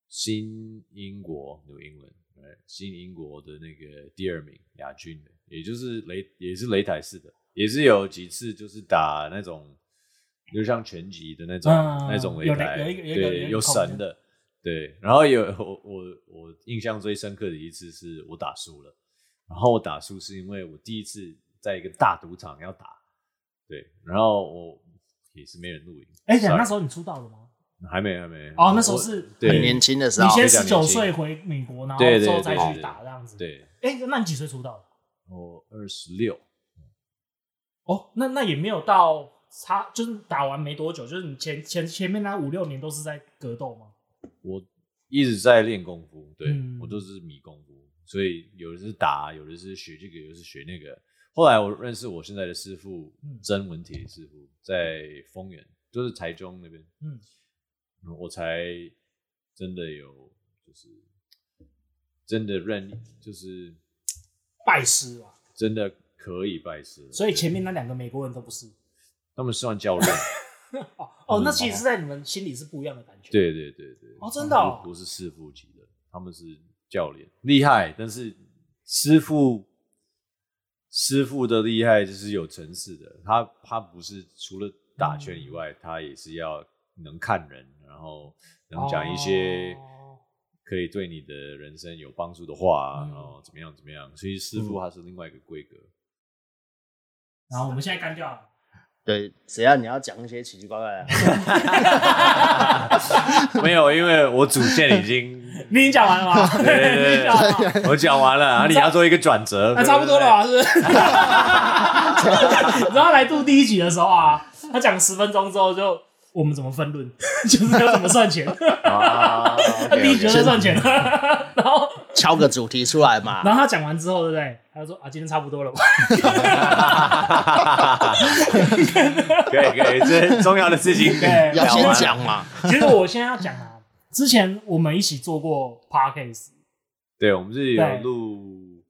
Speaker 1: 新英国 New England，right？新英国的那个第二名亚军的，也就是擂也是擂台式的，也是有几次就是打那种就像拳击的那种、那种
Speaker 3: 啊有
Speaker 1: 擂
Speaker 3: 的
Speaker 1: 台，
Speaker 3: 有一个有一个有一
Speaker 1: 对，
Speaker 3: 个
Speaker 1: 有
Speaker 3: 孔
Speaker 1: 绳
Speaker 3: 的
Speaker 1: 的。对，然后有我我我印象最深刻的一次是我打输了，然后我打输是因为我第一次在一个大赌场要打，对，然后我也是没人录影。
Speaker 3: 哎，等一下
Speaker 1: sorry
Speaker 3: 那时候你出道了吗？
Speaker 1: 还没还没
Speaker 3: 哦那时候
Speaker 1: 我
Speaker 3: 是
Speaker 1: 对
Speaker 2: 很年轻的时
Speaker 3: 你
Speaker 2: 候，
Speaker 3: 先
Speaker 1: 比较
Speaker 3: 十九
Speaker 1: 年轻
Speaker 3: 岁回美国，然后
Speaker 1: 对对
Speaker 3: 之后再
Speaker 1: 对对
Speaker 3: 去
Speaker 1: 对
Speaker 3: 打这样子。，
Speaker 1: 对，
Speaker 3: 哎，那你几岁出道的？
Speaker 1: 我二十六，
Speaker 3: 哦，那那也没有到差，就是打完没多久，就是你前前前面那五六年都是在格斗吗？
Speaker 1: 我一直在练功夫，对、
Speaker 3: 嗯
Speaker 1: 我都是迷功夫，所以有的是打，有的是学这个，有的是学那个。后来我认识我现在的师傅
Speaker 3: 嗯
Speaker 1: 曾文铁师傅，在丰原，就是台中那边，
Speaker 3: 嗯，
Speaker 1: 我才真的有就是真的认，就是
Speaker 3: 拜师吧。
Speaker 1: 真的可以拜师了，
Speaker 3: 所以
Speaker 1: 对
Speaker 3: 前面那两个美国人都不是。
Speaker 1: 他们是算教练。
Speaker 3: 哦哦，
Speaker 1: 嗯
Speaker 3: 那其实，在你们心里是不一样的感觉。，
Speaker 1: 对对对对，
Speaker 3: 哦真的哦
Speaker 1: 他们不不是师傅级的，他们是教练，厉害，但是师傅师傅的厉害就是有层次的，他他不是除了打
Speaker 3: 嗯
Speaker 1: 拳以外，他也是要能看人，然后能讲一些
Speaker 3: 哦
Speaker 1: 可以对你的人生有帮助的话，啊
Speaker 3: 嗯
Speaker 1: 然后怎么样怎么样，所以师傅他是另外一个规格。
Speaker 3: 然后我们现在干掉了。
Speaker 2: 对，只要你要讲一些奇奇怪怪的，
Speaker 1: 没有，因为我主线已经。
Speaker 3: 你已经讲完了吗？
Speaker 1: 对对对
Speaker 3: 你已经讲完了吗
Speaker 1: 我讲 完了，啊你要做一个转折，
Speaker 3: 那差不多了哦吧？是不是？ 啊你知道他来录第一集的时候啊，他讲十分钟之后就。我我们怎么分论， 就是要怎么 算钱，
Speaker 1: 啊，
Speaker 3: 你觉得赚钱？ 然后
Speaker 2: 敲个主题出来嘛。
Speaker 3: 然后他讲完之后，对不对？他就说啊，今天差不多了吧？
Speaker 1: 可以可以，这重要的事情
Speaker 3: 对
Speaker 2: 要
Speaker 1: 聊
Speaker 2: 先
Speaker 1: 完了
Speaker 2: 讲嘛，
Speaker 3: 其实我现在要讲啊，之前我们一起做过 podcast，
Speaker 1: 对，我们是有
Speaker 3: 对
Speaker 1: 录，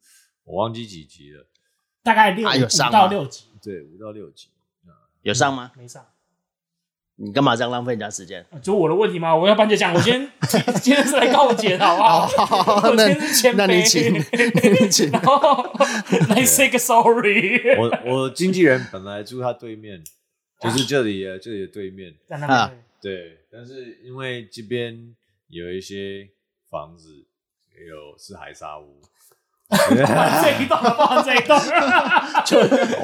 Speaker 1: 我忘记几集了，
Speaker 3: 大概六
Speaker 2: 啊有上
Speaker 3: 五
Speaker 2: 吗
Speaker 3: 到六集
Speaker 1: 对，五到六集。
Speaker 2: 有上吗？
Speaker 3: 没上。
Speaker 2: 你干嘛这样浪费人家时 间？
Speaker 3: 就我的问题吗？我要班姐讲，我今天 今天是来告解的，好不 好？我今
Speaker 2: 那
Speaker 3: 天是谦
Speaker 2: 哦那你
Speaker 3: 卑
Speaker 2: 请，，那你请。
Speaker 3: 然后 来 say 个
Speaker 2: 啊
Speaker 3: sorry。
Speaker 1: 我 我经纪人本来住他对面，就是这里啊这里的对面，
Speaker 3: 在那
Speaker 2: 啊
Speaker 3: 边
Speaker 1: 对，但是因为这边有一些房子也有是海沙 屋，
Speaker 3: 对这一栋，放这一栋，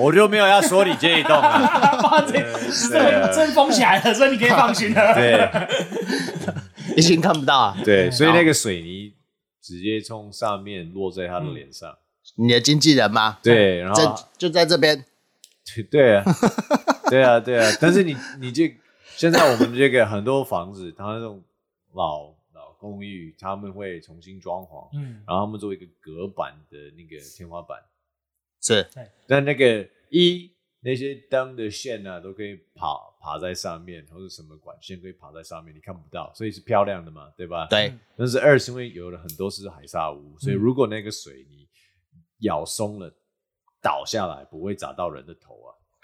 Speaker 1: 我就没有要说你这一栋了。
Speaker 3: 放这一栋，这真封起来了，所以你可以放心了。
Speaker 1: 对
Speaker 2: 已经看不到啊！
Speaker 1: 对，所以那个水泥直接从上面落在他的脸上。
Speaker 2: 你的经纪人吗？
Speaker 1: 对，然
Speaker 2: 嗯在
Speaker 1: 后
Speaker 2: 就在这边，
Speaker 1: 对对啊，对啊，对啊。但是你你这现在我们这个很多房子，它那种老老公寓，他们会重新装潢，
Speaker 3: 嗯，
Speaker 1: 然后他们做一个隔板的那个天花板，
Speaker 2: 是
Speaker 1: 但那个一那些灯的线啊，都可以爬爬在上面，或者什么管线可以爬在上面，你看不到，所以是漂亮的嘛，对吧？。
Speaker 2: 对，
Speaker 1: 但是二是因为有的很多是海沙屋，
Speaker 2: 嗯
Speaker 1: 所以如果那个水泥咬松了，倒下来不会砸到人的头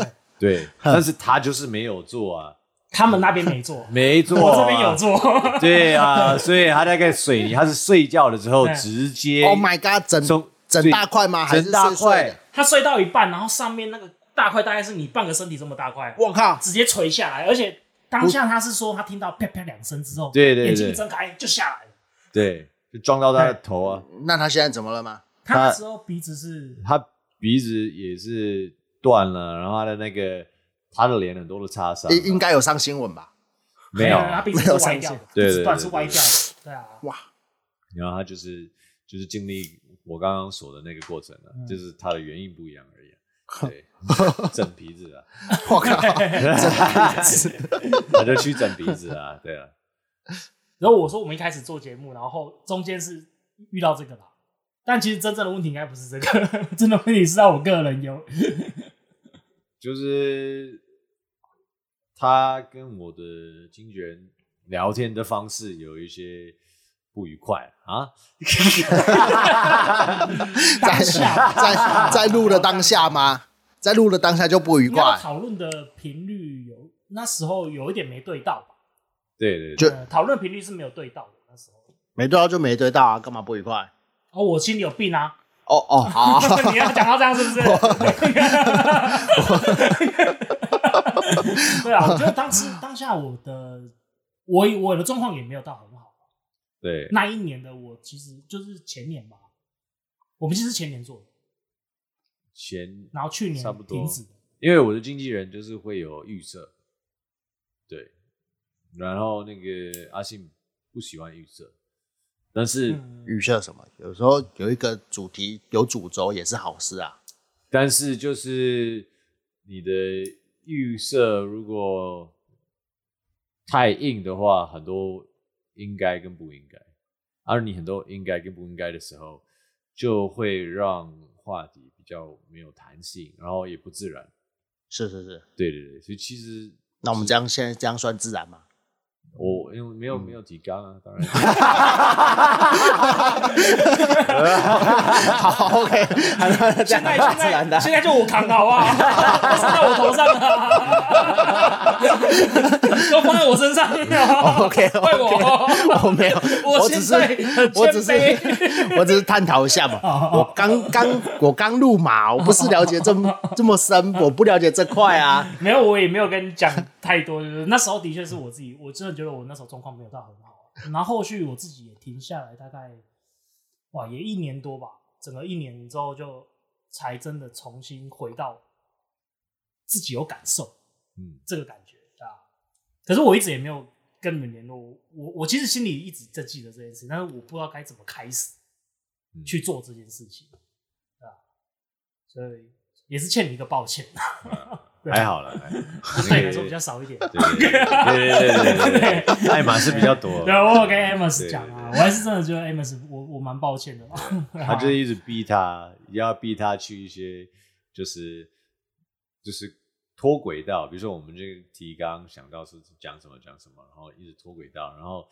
Speaker 1: 啊。对，但是他就是没有做啊，
Speaker 3: 他们那边没做，
Speaker 1: 没做、啊
Speaker 3: 我这边有。做。
Speaker 1: 对啊，所以他那个水泥，他是睡觉的时候
Speaker 3: 对
Speaker 1: 直接
Speaker 2: Oh my god，整
Speaker 1: 松
Speaker 2: 整大块吗？还
Speaker 1: 嗯整
Speaker 2: 是
Speaker 1: 大
Speaker 2: 碎碎
Speaker 1: 块
Speaker 2: 的？，
Speaker 3: 他睡到一半，然后上面那个大块大概是你半个身体这么大块，
Speaker 2: 我靠！
Speaker 3: 直接垂下来，而且当下他是说他听到啪啪两声之后，
Speaker 1: 对对对
Speaker 3: 眼睛一睁开就下来了。
Speaker 1: 对，就撞到他的头啊。
Speaker 2: 那他现在怎么了吗？
Speaker 3: 他那时候鼻子是
Speaker 2: 嗯
Speaker 1: 他鼻子也是断了，然后他的那个他的脸很多的擦伤，啊
Speaker 2: 应应该有啊上新闻吧？
Speaker 1: 没有，
Speaker 3: 他鼻子是歪掉的，
Speaker 1: 没有上线对对对
Speaker 3: 鼻子断是歪掉的，对啊，
Speaker 2: 哇，
Speaker 1: 然后他就是就是经历我刚刚说的那个过程了、就是他的原因不一样而已啊、对，整鼻子啊，
Speaker 2: 我靠！
Speaker 1: 他就去整鼻子啊，对啊，
Speaker 3: 然后我说我们一开始做节目，然后中间是遇到这个啦，但其实真正的问题应该不是这个， 真的问题是在我个人有
Speaker 1: 就是他跟我的经纪人聊天的方式有一些不愉快啊，
Speaker 3: 当下
Speaker 2: 在在录的当下吗？在录的当下就不愉
Speaker 3: 应该
Speaker 2: 快
Speaker 3: 说，讨论的频率有那时候有一点没对到吧，
Speaker 1: 对对对
Speaker 2: 就
Speaker 3: 呃讨论频率是没有对到的那时候，
Speaker 2: 没对到就没对到啊，干嘛不愉快？
Speaker 3: 哦，我心里有病啊，
Speaker 2: 哦哦，好，
Speaker 3: 你要讲到这样是不 是？对啊，我觉得当时当下我的我我的状况也没有到很好。
Speaker 1: 对，
Speaker 3: 那一年的我其实就是前年吧，我们其实是前年做的，
Speaker 1: 前
Speaker 3: 然后去年
Speaker 1: 差不多
Speaker 3: 停止的。
Speaker 1: 因为我的经纪人就是会有预设，对，然后那个阿信不喜欢预设，但是、
Speaker 3: 嗯，
Speaker 2: 预设什么？有时候有一个主题有主轴也是好事啊。
Speaker 1: 但是就是你的预设如果太硬的话，很多应该跟不应该，而你很多应该跟不应该的时候，就会让话题比较没有弹性，然后也不自然。
Speaker 2: 是是是，
Speaker 1: 对对对，所以其实
Speaker 2: 那我们这样现在这样算自然 吗？
Speaker 1: 我因为没有没有提纲啊， 当然。
Speaker 2: 好，OK，好那这
Speaker 3: 现
Speaker 2: 样
Speaker 3: 在
Speaker 2: 算自然的
Speaker 3: 现在
Speaker 2: 啊。
Speaker 3: 现在就我扛的 好不好？都放在我头上了，都放在我身上了。
Speaker 2: 哦 OK，
Speaker 3: 怪我，
Speaker 2: 我没有，
Speaker 3: 我
Speaker 2: 我只
Speaker 3: 现
Speaker 2: 是
Speaker 3: 在很谦卑哦
Speaker 2: 我只是 我只是探讨一下嘛。我刚刚我刚入马，我不是了解这么这么深，我不了解这块啊。
Speaker 3: 没有，我也没有跟你讲太多，就是那时候的确是我自己，我真的觉得我那时候状况没有到很好。啊然后后续我自己也停下来，大概哇也一年多吧，整个一年之后就才真的重新回到自己有感受
Speaker 1: 嗯，
Speaker 3: 这个感觉啊。可是我一直也没有跟你们联络，我我其实心里一直在记得这件事，但是我不知道该怎么开始
Speaker 1: 嗯
Speaker 3: 去做这件事情啊，所以也是欠你一个抱歉。 对
Speaker 1: 还好了，还好
Speaker 3: 对你来说比较少一 点。
Speaker 1: 对 对对对对对对，爱马仕比较多，
Speaker 3: 对，啊我有跟 Amos
Speaker 1: 对
Speaker 3: 讲啊，我还是真的觉得 Amos，我我蛮抱歉的啦。
Speaker 1: 他就是一直逼他，要逼他去一些就是就是脱轨道，比如说我们这个提纲想到是讲什么讲什么，然后一直脱轨道，然后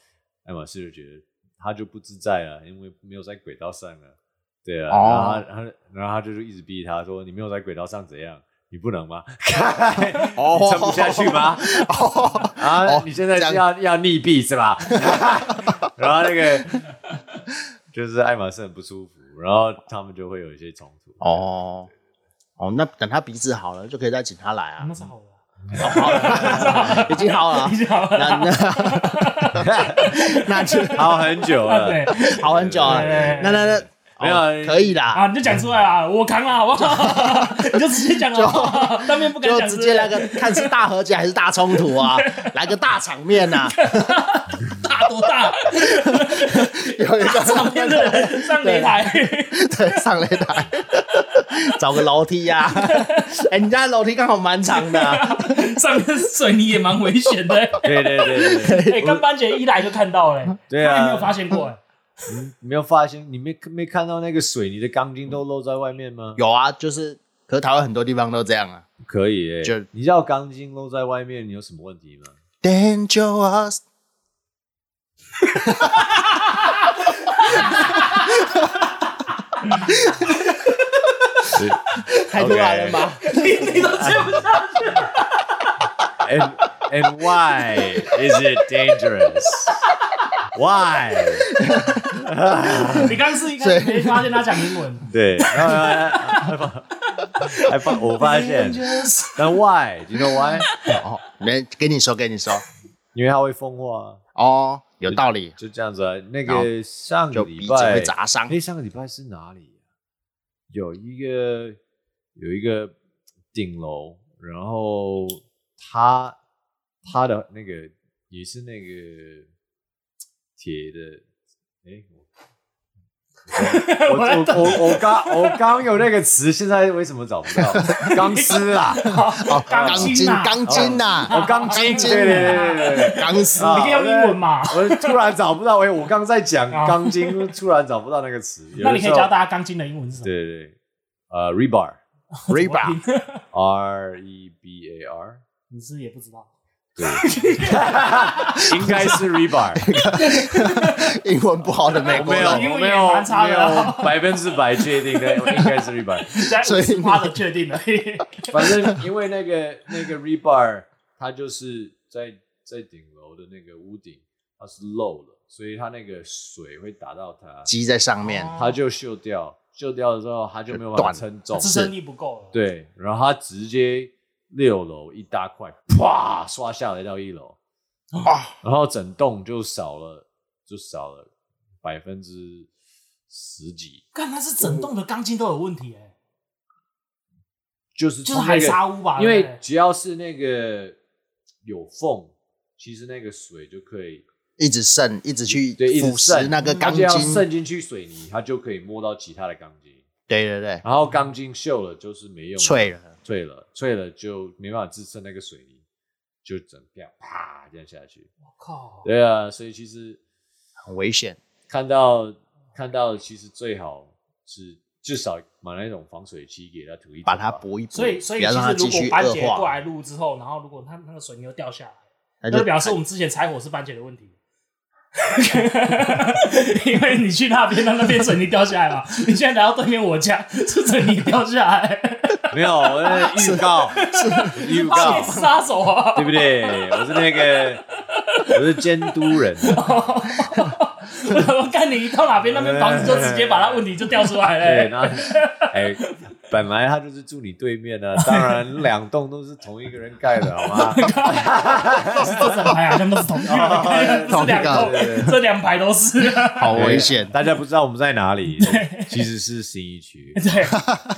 Speaker 1: 爱马仕就觉得他就不自在了，因为没有在轨道上了，对啊，
Speaker 2: 哦
Speaker 1: 然后他他然后他就是一直逼他说你没有在轨道上怎样。你不能吗？
Speaker 2: 哦
Speaker 1: 你撑不下去吗？
Speaker 2: 哦，
Speaker 1: 啊，
Speaker 2: 哦
Speaker 1: 你现在
Speaker 2: 这样
Speaker 1: 是要要溺毙是吧？然后那个就是爱马仕很不舒服，然后他们就会有一些冲突。
Speaker 2: 哦，哦，那等他鼻子好了，就可以再请他来啊。
Speaker 3: 那是好的 啊，
Speaker 2: 已经好了
Speaker 3: 已，经好了
Speaker 2: 那
Speaker 3: 啊，
Speaker 2: 那那 就
Speaker 1: 好很久了，
Speaker 3: 对
Speaker 2: 好很久了。
Speaker 3: 对
Speaker 2: 那那那
Speaker 1: 没有
Speaker 2: 哦可以啦，
Speaker 3: 啊，你就讲出来啊，我扛了好不好？ 你就直接讲了好不好，当面不敢
Speaker 2: 就
Speaker 3: 讲，
Speaker 2: 直接来
Speaker 3: 是不
Speaker 2: 个看是大和解还是大冲突 啊，来个大场面呐、啊，
Speaker 3: 是大多大，
Speaker 2: 有一个
Speaker 3: 上面的人上擂台，
Speaker 2: 对，上擂台， 找个楼梯 呀、啊。哎、你家楼梯刚好蛮长的、啊，
Speaker 3: 上面是水泥也蛮危险的。
Speaker 1: 对对对对对，
Speaker 3: 哎，跟班姐一来就看到了，哎
Speaker 1: 对
Speaker 3: 他
Speaker 1: 啊
Speaker 3: 也没有发现过哎。
Speaker 1: 你没有发现，你没没看到那个水泥的钢筋都露在外面吗？
Speaker 2: 有啊，就是，可是台湾很多地方都这样啊。
Speaker 1: 可以耶、
Speaker 2: 就
Speaker 1: 你知道钢筋露在外面，你有什么问题吗？
Speaker 2: Dangerous，太突然了吧
Speaker 3: 你你都接不下
Speaker 1: and and why is it dangerous? Why？
Speaker 3: 你刚刚是一开始没发现他讲英文，
Speaker 1: 对，然后还发还发，我发 现，但 why？你 know why？
Speaker 2: 哦，没，给你说，给你说，
Speaker 1: 因为它会风化啊，
Speaker 2: 哦，有道理，
Speaker 1: 就这样子啊。那
Speaker 2: 好
Speaker 1: 个上个
Speaker 2: 就鼻
Speaker 1: 礼
Speaker 2: 子
Speaker 1: 拜
Speaker 2: 会，砸伤
Speaker 1: 哎，上个礼拜是哪里啊、有一个有一个顶楼，然后它它的那个也是那个铁的，哎，我我我我我刚我刚有那个词，现在为什么找不 到？钢丝啊，
Speaker 2: 哦，
Speaker 3: 钢
Speaker 2: 筋，
Speaker 3: 筋啊
Speaker 2: 钢筋呐、
Speaker 1: 哦，钢筋，
Speaker 2: 钢筋
Speaker 1: 对对对对对。
Speaker 2: 钢丝，
Speaker 1: 啊
Speaker 3: 你可以用英文嘛？
Speaker 1: 我突然找不到，哎，我刚在讲
Speaker 3: 啊
Speaker 1: 钢筋，突然找不到那个词。
Speaker 3: 那你可
Speaker 1: 有的
Speaker 3: 以
Speaker 1: 时候
Speaker 3: 教大家钢筋的英文是什么？
Speaker 1: 对对对，呃，rebar，R
Speaker 2: 瑞吧，
Speaker 1: E B A R，
Speaker 3: 你是不是也不知道，
Speaker 1: 对，应该是 rebar，
Speaker 2: 英文不好的美
Speaker 1: 我
Speaker 2: 国
Speaker 1: 没有，
Speaker 2: 人，
Speaker 3: 英
Speaker 1: 我
Speaker 3: 文
Speaker 1: 没
Speaker 3: 也
Speaker 1: 有，
Speaker 3: 蛮差
Speaker 1: 没
Speaker 3: 的啊
Speaker 1: 有百分之百确定的，应该是 rebar。
Speaker 3: 在
Speaker 2: 所以
Speaker 3: 五趴的确定了。
Speaker 1: 反正因为那个那个 rebar，它就是在在顶楼的那个屋顶，它是漏了，所以它那个水会打到它，
Speaker 2: 鸡在上面，
Speaker 1: 它就锈掉，锈掉的时候它就没有办法
Speaker 2: 断
Speaker 1: 称重，
Speaker 3: 支撑力不够了。
Speaker 1: 对，然后它直接六楼一大块，啪刷下来到一楼，
Speaker 2: 哦，
Speaker 1: 然后整栋就少了就少了百分之十几，
Speaker 3: 干，那是整栋的钢筋都有问题哎，
Speaker 1: 就是
Speaker 3: 就是
Speaker 1: 从
Speaker 3: 海
Speaker 1: 哦那个
Speaker 3: 沙屋吧？
Speaker 1: 因
Speaker 3: 对不
Speaker 1: 为
Speaker 3: 对
Speaker 1: 只要是那个有缝，其实那个水就可以
Speaker 2: 一直渗，一直去
Speaker 1: 对一直
Speaker 2: 腐蚀
Speaker 1: 渗
Speaker 2: 那个
Speaker 1: 它
Speaker 2: 钢
Speaker 1: 就
Speaker 2: 筋
Speaker 1: 要，渗进去水泥，它就可以摸到其他的钢筋，
Speaker 2: 对对对，
Speaker 1: 然后钢筋锈了就是没用了，
Speaker 2: 脆了，
Speaker 1: 脆了脆了就没办法支撑那个水泥，就整片啪这样下去。
Speaker 3: 我靠，
Speaker 1: 对啊，所以其实
Speaker 2: 很危险。
Speaker 1: 看到看到其实最好是至少买那种防水漆给它涂一涂吧
Speaker 2: 把它补一补，
Speaker 3: 所以所以
Speaker 2: 不
Speaker 3: 其
Speaker 2: 要
Speaker 3: 实
Speaker 2: 让它
Speaker 3: 如
Speaker 2: 继
Speaker 3: 果
Speaker 2: 续
Speaker 3: 班
Speaker 2: 恶
Speaker 3: 姐过
Speaker 2: 化，
Speaker 3: 来录之后，然后如果他那个水泥又掉下来，
Speaker 2: 那
Speaker 3: 那就
Speaker 2: 就
Speaker 3: 表示我们之前拆火是班姐的 问题。因为你去那边，那那边水泥掉下来嘛。你现在来到对面我家，是水泥掉下来，
Speaker 1: 没有，我在预告，预
Speaker 3: 他
Speaker 1: 告
Speaker 3: 也，是杀手啊！
Speaker 1: 对不对？我是那个，我是监督人，啊
Speaker 3: 我看你一到哪边，那边房子就直接把他问题就调出来了、欸
Speaker 1: 对，然后，哎，本来他就是住你对面的、当然两栋都是同一个人盖的，好吗？
Speaker 3: 是啊这整排好像都是 同
Speaker 1: 哦
Speaker 3: 一个，不是两栋
Speaker 1: 对对对，
Speaker 3: 这两排都是。啊
Speaker 2: 好危险。
Speaker 1: 大家不知道我们在哪里，其实是新一区，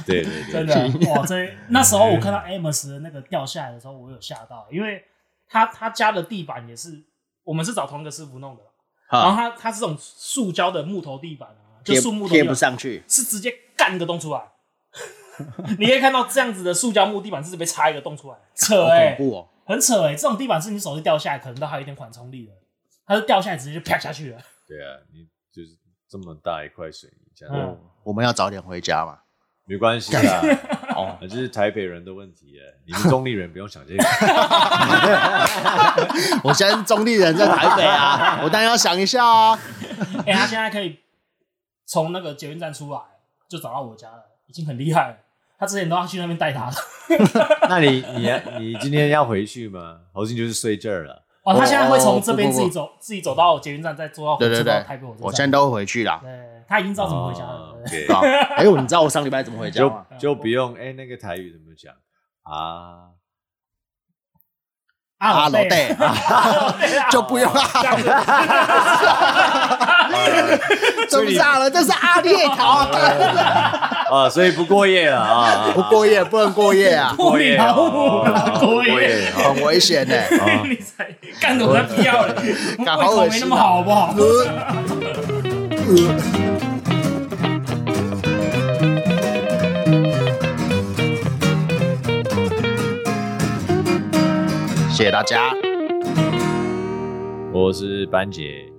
Speaker 3: 对，
Speaker 1: 对对对
Speaker 3: 真，的 哇！这那时候我看到 Amos 的那个掉下来的时候，我有吓到，因为他他家的地板也是，我们是找同一个师傅弄的，然后
Speaker 2: 啊，
Speaker 3: 他他是这种塑胶的木头地板啊，就
Speaker 2: 贴
Speaker 3: 树木头地
Speaker 2: 贴
Speaker 3: 板
Speaker 2: 不上去，
Speaker 3: 是直接干一个洞出来， 你可以看到这样子的塑胶木地板是被插一个洞出来，扯
Speaker 2: 好
Speaker 3: 哎、
Speaker 2: 恐怖哦！
Speaker 3: 很扯哎、这种地板是你手机掉下来，可能都还有一点缓冲力的，它是掉下来直接就啪下去了。
Speaker 1: 对啊，你就是这么大一块水泥，这样、
Speaker 3: 嗯，
Speaker 2: 我们要早点回家嘛。
Speaker 1: 没关系啦。 哦，这是台北人的问题哎，你们中立人不用想这个。
Speaker 2: 我现在是中立人在台北 啊，我当然要想一下啊。
Speaker 3: 哎、他现在可以从那个捷运站出来就找到我家了，已经很厉害了。他之前都要去那边带他了，
Speaker 1: 那你你你今天要回去吗？侯信就是睡这儿了。
Speaker 3: 哦，他现在会从这边
Speaker 2: 不不
Speaker 3: 自
Speaker 2: 不
Speaker 3: 己走，自己走到捷运站，再坐到
Speaker 2: 对对
Speaker 3: 坐到
Speaker 2: 对
Speaker 3: 台北火车，站。
Speaker 2: 我现在都回去啦。
Speaker 3: 对，他已经知道怎么回家了。
Speaker 1: 对
Speaker 3: 对
Speaker 2: 对，啊哎呦，你知道我上礼拜怎么回家
Speaker 1: 就
Speaker 2: 吗？
Speaker 1: 哦就不用哎，那个台语怎么讲啊？
Speaker 2: 阿
Speaker 3: 啊
Speaker 2: 老哦
Speaker 3: 对
Speaker 2: 弟， 就不用啊 阿老弟，这不是阿老弟，这是阿列 桃，
Speaker 1: 啊， 所以不过夜了啊，啊
Speaker 2: 不过夜不能过夜啊，
Speaker 1: 不过夜
Speaker 3: 不
Speaker 1: 哦，
Speaker 3: 能
Speaker 1: 啊
Speaker 3: 过夜
Speaker 1: 哦
Speaker 2: 很危险的。
Speaker 1: 啊
Speaker 3: 你才干的我才不要嘞，我
Speaker 2: 干
Speaker 3: 胃口没那么好，好不好？
Speaker 2: 呃谢谢大家。
Speaker 1: 我是班杰。